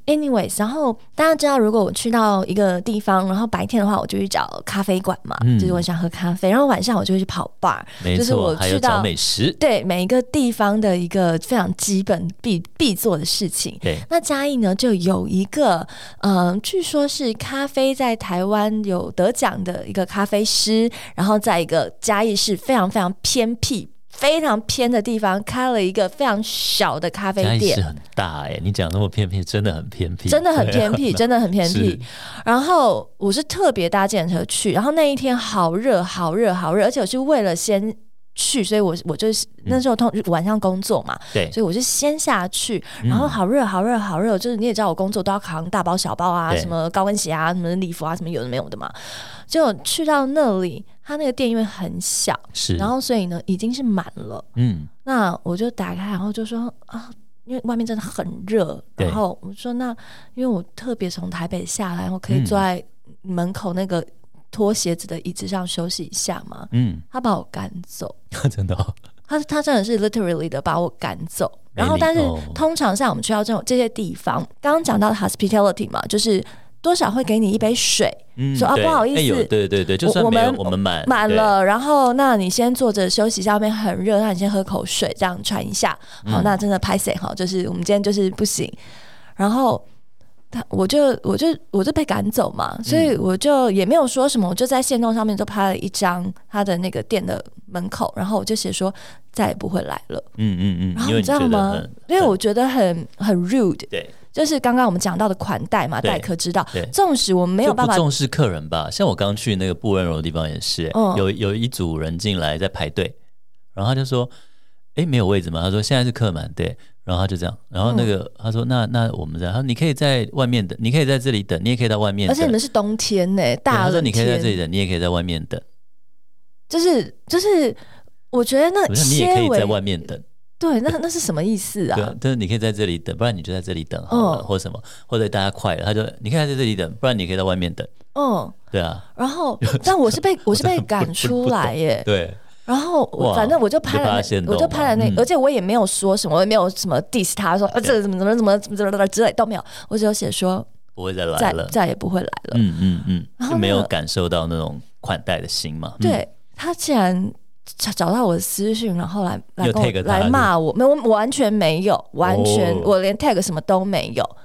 Anyways，然后大家知道，如果我去到一个地方，然后白天的话，我就去找咖啡馆嘛，嗯就是我想喝咖啡，然后晚上我就会去跑 bar，没就是错，我还去有找到美食，对每一个地方的一个非常基本必必做的事情。对，那嘉义呢，就有一个，嗯、据说是咖啡在台湾有得奖的一个咖啡师，然后在一个嘉义市非常非常偏僻。非常偏的地方开了一个非常小的咖啡嘉义市店，很大哎、你讲那么偏僻，真的很偏僻，真的很对啊偏僻，真的很偏是僻。然后我是特别搭电车去，然后那一天好热，好热，好热，而且我是为了先去，所以我我就是那时候通晚上工作嘛，对，所以我就先下去，然后嗯好热，好热，好热，就是你也知道我工作都要扛大包小包啊，对什么高跟鞋啊，什么礼服啊，什么有的没有的嘛。就去到那里，它那个店因为很小，是，然后所以呢已经是满了。嗯，那我就打开，然后就说啊，因为外面真的很热，对然后我说那因为我特别从台北下来，我可以嗯坐在门口那个脱鞋子的椅子上休息一下嘛。嗯， 他把我赶走，真的、哦，他他真的是 literally 的把我赶走。没然后，礼但是貌通常像我们去到这种这些地方，刚刚讲到 hospitality 嘛，就是多少会给你一杯水，嗯，说啊对不好意哎有思对对对，就我算我没有们我们满满呃对了，然后那你先坐着休息一下，外面很热，那你先喝口水，这样喘一下。好，嗯那真的拍谁好，就是我们今天就是不行。然后他我就我就我就被赶走嘛，嗯所以我就也没有说什么，我就在线动上面就拍了一张他的那个店的门口，然后我就写说再也不会来了。嗯嗯然嗯，后啊你因为你知道觉得吗很？因为很我觉得很很 rude，对就是刚刚我们讲到的款待嘛，对待客之道对。纵使我们没有就办不法，重视客人吧，像我刚去那个不温柔的地方也是，嗯有有一组人进来在排队，然后他就说，哎，没有位置吗？他说现在是客满，对。然后他就这样，然后那个、嗯他说那那我们这样，他说你可以在外面等，你可以在这里等，你也可以到外面而等。且你们是冬天呢、对大他说冷你可以在这天里，等，你也可以在外面等，就是就是，我觉 得那不是你也可些以在外微面等，对，那那是什么意思对啊？啊，但是你可以在这里等，不然你就在这里等好了，嗯或什么，或者大家快了，他就你可以在这里等，不然你可以在外面等，嗯，对啊，然 后但我是被我是被赶出来耶，对，然后我哇反正我就拍你就了发现那，到我就拍了那了嗯，而且我也没有说什么，我也没有什么 diss 他说啊这个怎么怎么怎么怎么怎么怎么之类都没有，我只有写说不会再来再了，再也不会来了。嗯嗯嗯，然后就没那有个感受到那种款待的心嘛。嗯，对他竟然找找到我的私讯，然后来来又跟我 tag 他来骂我，没有，我完全没有，完全、哦我连 tag 什么都没有。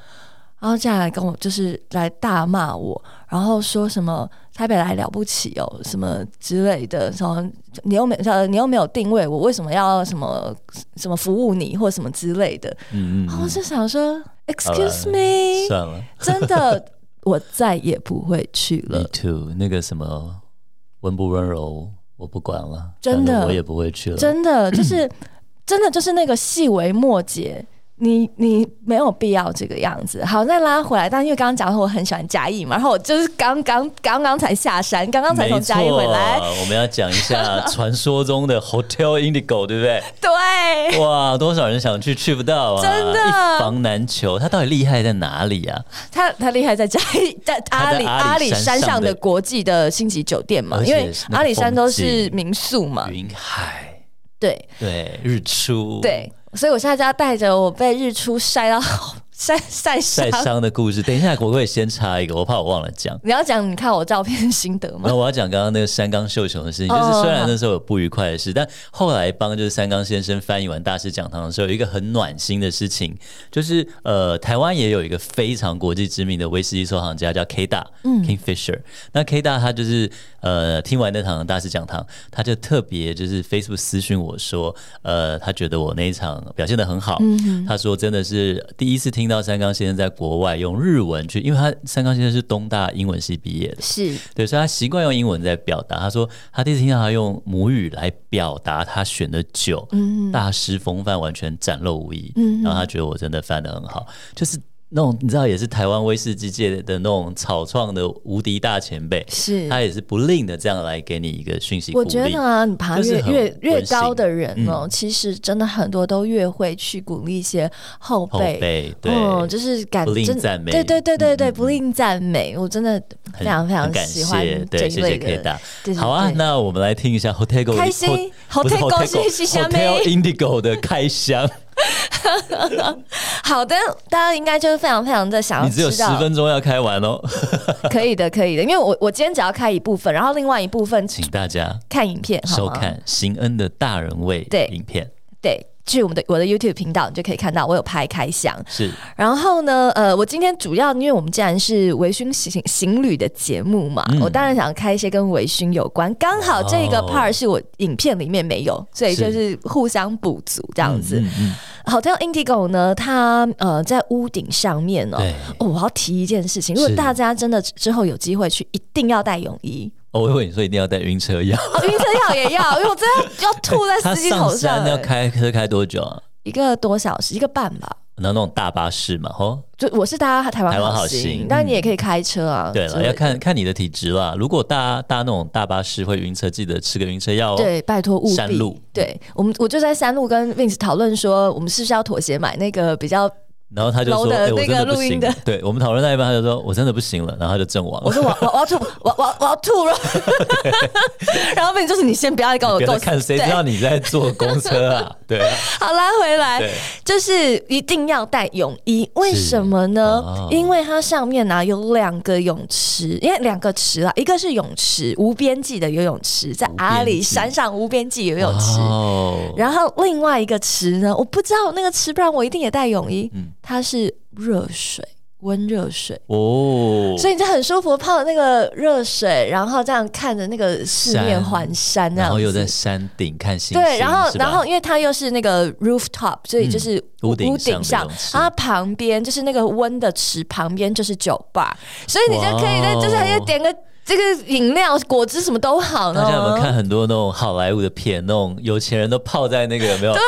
然后竟然来跟我就是来大骂我，然后说什么台北来了不起哦，什么之类的，什么你又没呃你又没有定位我，为什么要什么什么服务你或什么之类的。嗯嗯然后我嗯，就想说，Excuse 好 me，算了真的我再也不会去，Me 了。 too。那个什么温不温柔，我不管了，真的反正我也不会去了。真的 就是真的就是那个细微末节。你你没有必要这个样子。好，再拉回来，但因为刚刚讲说我很喜欢嘉义嘛，然后我就是刚刚刚刚才下山，刚刚才从没错，啊嘉义回来，我们要讲一下传说中的 Hotel Indigo，对不对？ 对，哇，多少人想去去不到啊！真的一房难求。它到底厉害在哪里啊？他他厉害在嘉义，在阿里他在阿里阿里山山上上的的国际的星级酒店嘛，而且因为是那个阿里山都是风景民宿嘛，云海，对，对，日出，对，所以我现在就要带着我被日出晒到 晒晒伤晒。伤的故事。等一下，我会先插一个，我怕我忘了讲。你要讲你看我照片心得吗然？后我要讲刚刚那个山冈秀雄的事情，就是虽然那时候有不愉快的事，但后来帮就是山冈先生翻译完大师讲堂的时候，有一个很暖心的事情，就是呃，台湾也有一个非常国际知名的威士忌收藏家叫 K 大，嗯，Kingfisher。那 K 大他就是呃，听完那堂大师讲堂，他就特别就是 Facebook 私讯我说，呃，他觉得我那一场表现的很好，他说真的是第一次听到山冈先生在国外用日文去，因为他山冈先生是东大英文系毕业的。是对，所以他习惯用英文在表达。他说他第一次听到他用母语来表达他选的酒，嗯大师风范完全展露无遗。然后他觉得我真的翻的很好，就是那种你知道，也是台湾威士忌界的那种草创的无敌大前辈，是，他也是不吝的这样来给你一个讯息鼓我励。觉得啊，你爬就是越很越越温馨嗯高的人哦、其实真的很多都越会去鼓励一些后后辈。辈对，嗯，就是感不吝真赞美对对对对对，嗯嗯不吝赞美，我真的非很常非常很感喜欢谢，这对，一谢类谢的 K 大。对对好啊，对那我们来听一下 Hotel 开心 Hotel Hotel 是是虾妹 Hotel Indigo 的开 箱。好的，大家应该就是非常非常的想要你只有知十道，分钟要开完哦，可以的，可以的，因为我我今天只要开一部分，然后另外一部分请大家看影片，好收吗？看邢恩的大人味对影片。对，去我们的我的 YouTube 频道，你就可以看到我有拍开箱。是然后呢，呃，我今天主要因为我们既然是微醺行行旅的节目嘛，嗯我当然想开一些跟微醺有关。刚好这个哦 part 是我影片里面没有，所以就是互相补足这样子。嗯嗯，Hotel Indigo 呢，它呃在屋顶上面哦。对，哦，我要提一件事情，如果是大家真的之后有机会去，一定要带泳衣哦我以为你说一定要带晕车药，哦，晕车药也要，因为我真的要吐在 他司机头上上山了。要开车开多久啊？一个多小时，一个半吧。然后那种大巴士嘛，吼，就我是搭台台湾湾好好行行，嗯但你也可以开车啊。对之了，类要的看看你的体质啦。如果搭搭那种大巴士会晕车，记得吃个晕车药哦。对，拜托务必。山路对我们，我就在山路跟 Vince 讨论说，我们是不是要妥协买那个比较？然后他就楼说：“的哎、我那真个的不录音行的了。”对我们讨论到一半，他就说：“我真的不行了。”然后他就阵亡我了。说我我我要吐， 我我我要吐了。 然后 Vince 就是你先不要跟我 不要够再看，谁知道你在坐公车 啊？对啊，好拉回来对，就是一定要带泳衣，为什么呢？哦因为它上面呢、有两个泳池，因为两个池啊，一个是泳池，无边际的游泳池，在阿无里边际山上无边际游泳池。哦，然后另外一个池呢，我不知道那个池，不然我一定也带泳衣。嗯它是热水，温热水，哦，所以你就很舒服，泡那个热水，然后这样看着那个四面环山，那然后样又在子。山顶看星星，对，然后是吧然后因为它又是那个 rooftop，所以就是嗯屋屋顶顶上的上，泳池然后它旁边就是那个温的池旁边就是酒吧，所以你就可以在哇哦就是还可以点个这个饮料、果汁什么都好呢大。家有没有看很多那种好莱坞的片，那种有钱人都泡在那个有没有？对，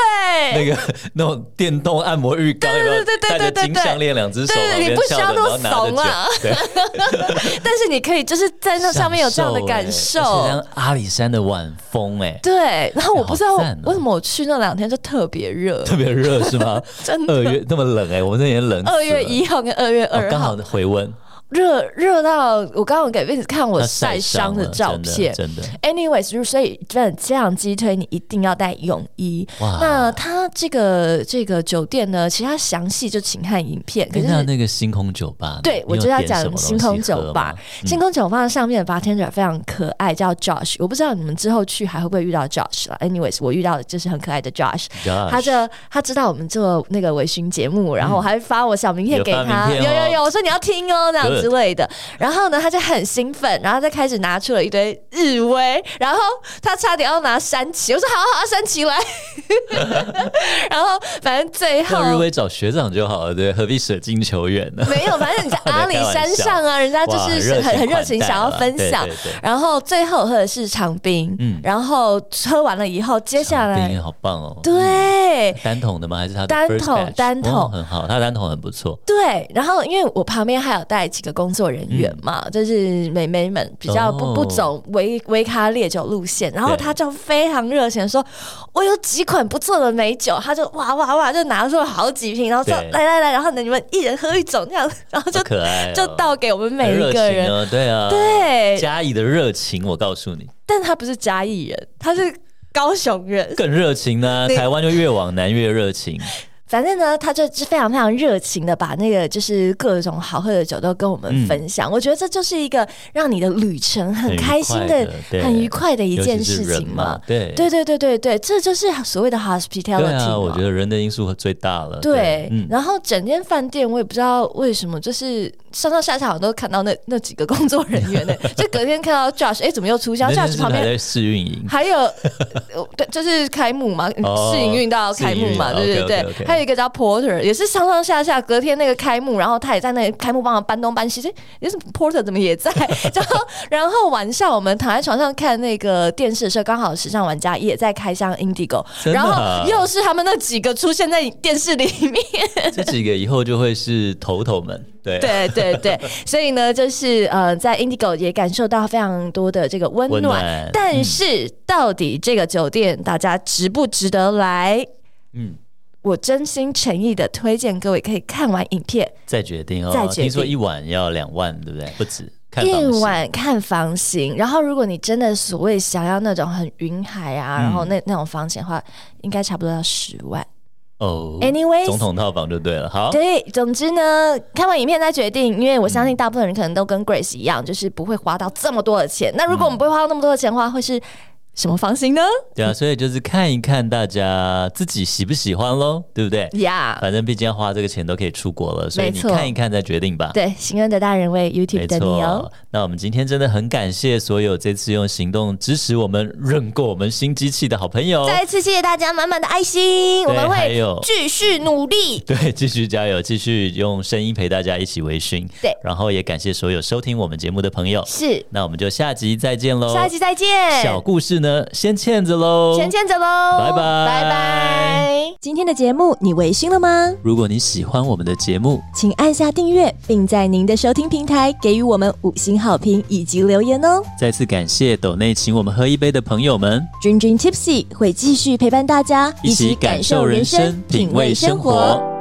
那个那种电动按摩浴缸，有没有对对对对戴对着对金项链，两只手对往你边不需翘要着，那然后么拿着怂啊酒，对，但是你可以就是在 那上面有这样的感 受享欸而且。像阿里山的晚风，哎， 对，然后我不知道好赞哦为什么我去那两天就特别热，特别热是吗？ 真二的。月那么冷哎，我们这也冷死了。二月一号跟二月哦二刚号好回温，热热到我刚刚给 Vince 看我那晒伤的了照片。哦真的真的 Anyways，就是所以真的这样击推你一定要带泳衣。哇那它这个这个酒店呢，其实它详细就请看影片，可诶是哎那那个星空酒吧呢，对，你我有就要点什讲么东星空西酒喝吧吗。嗯星空酒吧上面的 bartender 非常可爱，叫 Josh。我不知道你们之后去还会不会遇到 Josh 了。Anyways，我遇到的就是很可爱的 Josh。 Josh 他这他知道我们做那个微醺节目，然后我还发我小名片嗯有给发他，名有片哦有有，我说你要听哦，这样 Good 之类的。然后呢，他就很兴奋，然后再开始拿出了一堆日威，然后他差点要拿山崎，我说好好好，山崎 来。然后反正最后到日威找学长就好了，对，何必舍近求远呢？没有，反正你 在阿里山上啊，人家就哇是很很热情，想要分享。对对对然后最后喝的是长冰，嗯然后喝完了以后，接下冰来好棒哦，对。单桶的吗？还是他的单 first 桶 batch？单桶哦很好，他单桶很不错，对，然后因为我旁边还有带几个工作人员嘛，就是美眉们比较不、嗯哦不走维维咖烈酒路线，然后对他就非常热情地说，我有几款不错的美酒，他就哇哇哇就拿出了好几瓶，然后说对来来来，然后呢你们一人喝一种这样，然后就好可爱哦，就倒给我们每很一热个情人，哦，对啊，对，嘉义的热情，我告诉你，但他不是嘉义人，他是高雄人。更热情呢。对台湾就越往南越热情，反正呢，他就是非常非常热情的把那个就是各种好喝的酒都跟我们分嗯享。我觉得这就是一个让你的旅程很开心很愉的快的、对很愉快的一件事尤其是情人嘛，。对对对对对对，这就是所谓的 hospitality 对嘛啊，我觉得人的因素最大了。对，嗯，然后整间饭店我也不知道为什么，就是上上下下我都看到那那几个工作人 员呢、就隔天看到 Josh，哎、怎么又出现那天？Josh 是旁还边在试运 营，还有，呃对，就是开幕嘛，哦试营运到开幕嘛，试营对运对对。 OK，OK，OK 还有一个叫 Porter，也是上上下下，隔天那个开幕，然后他也在那个开幕帮忙搬东搬西，这你怎么 Porter 怎么也 在？然后然后晚上我们躺在床上看那个电视的时候，刚好时尚玩家也在开箱 Indigo，、真的然啊后又是他们那几个出现在电视里 面，这几个以后就会是头头们，对对对对，所以呢，就是呃，在 Indigo 也感受到非常多的这个温暖，温暖但是到底这个酒店大家值不值得来？嗯，我真心诚意的推荐各位可以看完影片，再决定再哦。决定听说一晚要两万，对不对？不止，看房夜子晚看房型，然后如果你真的所谓想要那种很云海嗯啊，然后那那种房型的话，应该差不多要十万。哦。 Anyways，总统套房就对了，好，对，总之呢，看完影片再决定，因为我相信大部分人可能都跟 Grace 一样，就是不会花到这么多的钱。那如果我们不会花到那么多的钱的话，会是什么房型呢？对啊，所以就是看一看大家自己喜不喜欢喽，对不对？呀、反正毕竟要花这个钱都可以出国了，所以嗯没你错看一看再决定吧。对，行恩的大人为 YouTube 没的你哦错，，那我们今天真的很感谢所有这次用行动支持我们、认购我们新机器的好朋友。再一次谢谢大家满满的爱心，我们哦还会有继续努力。对，继续加油，继续用声音陪大家一起微醺。对然后也感谢所有收听我们节目的朋友。是，那我们就下集再见喽。下一期再见，哦小故事呢，先欠着喽。先牵着喽，拜拜拜拜。今天的节目你微醺了吗？如果你喜欢我们的节目，请按下订阅，并在您的收听平台给予我们五星好评以及留言哦。再次感谢斗内请我们喝一杯的朋友们，君君 Tipsy 会继续陪伴大家，一起感受人生，品味生活。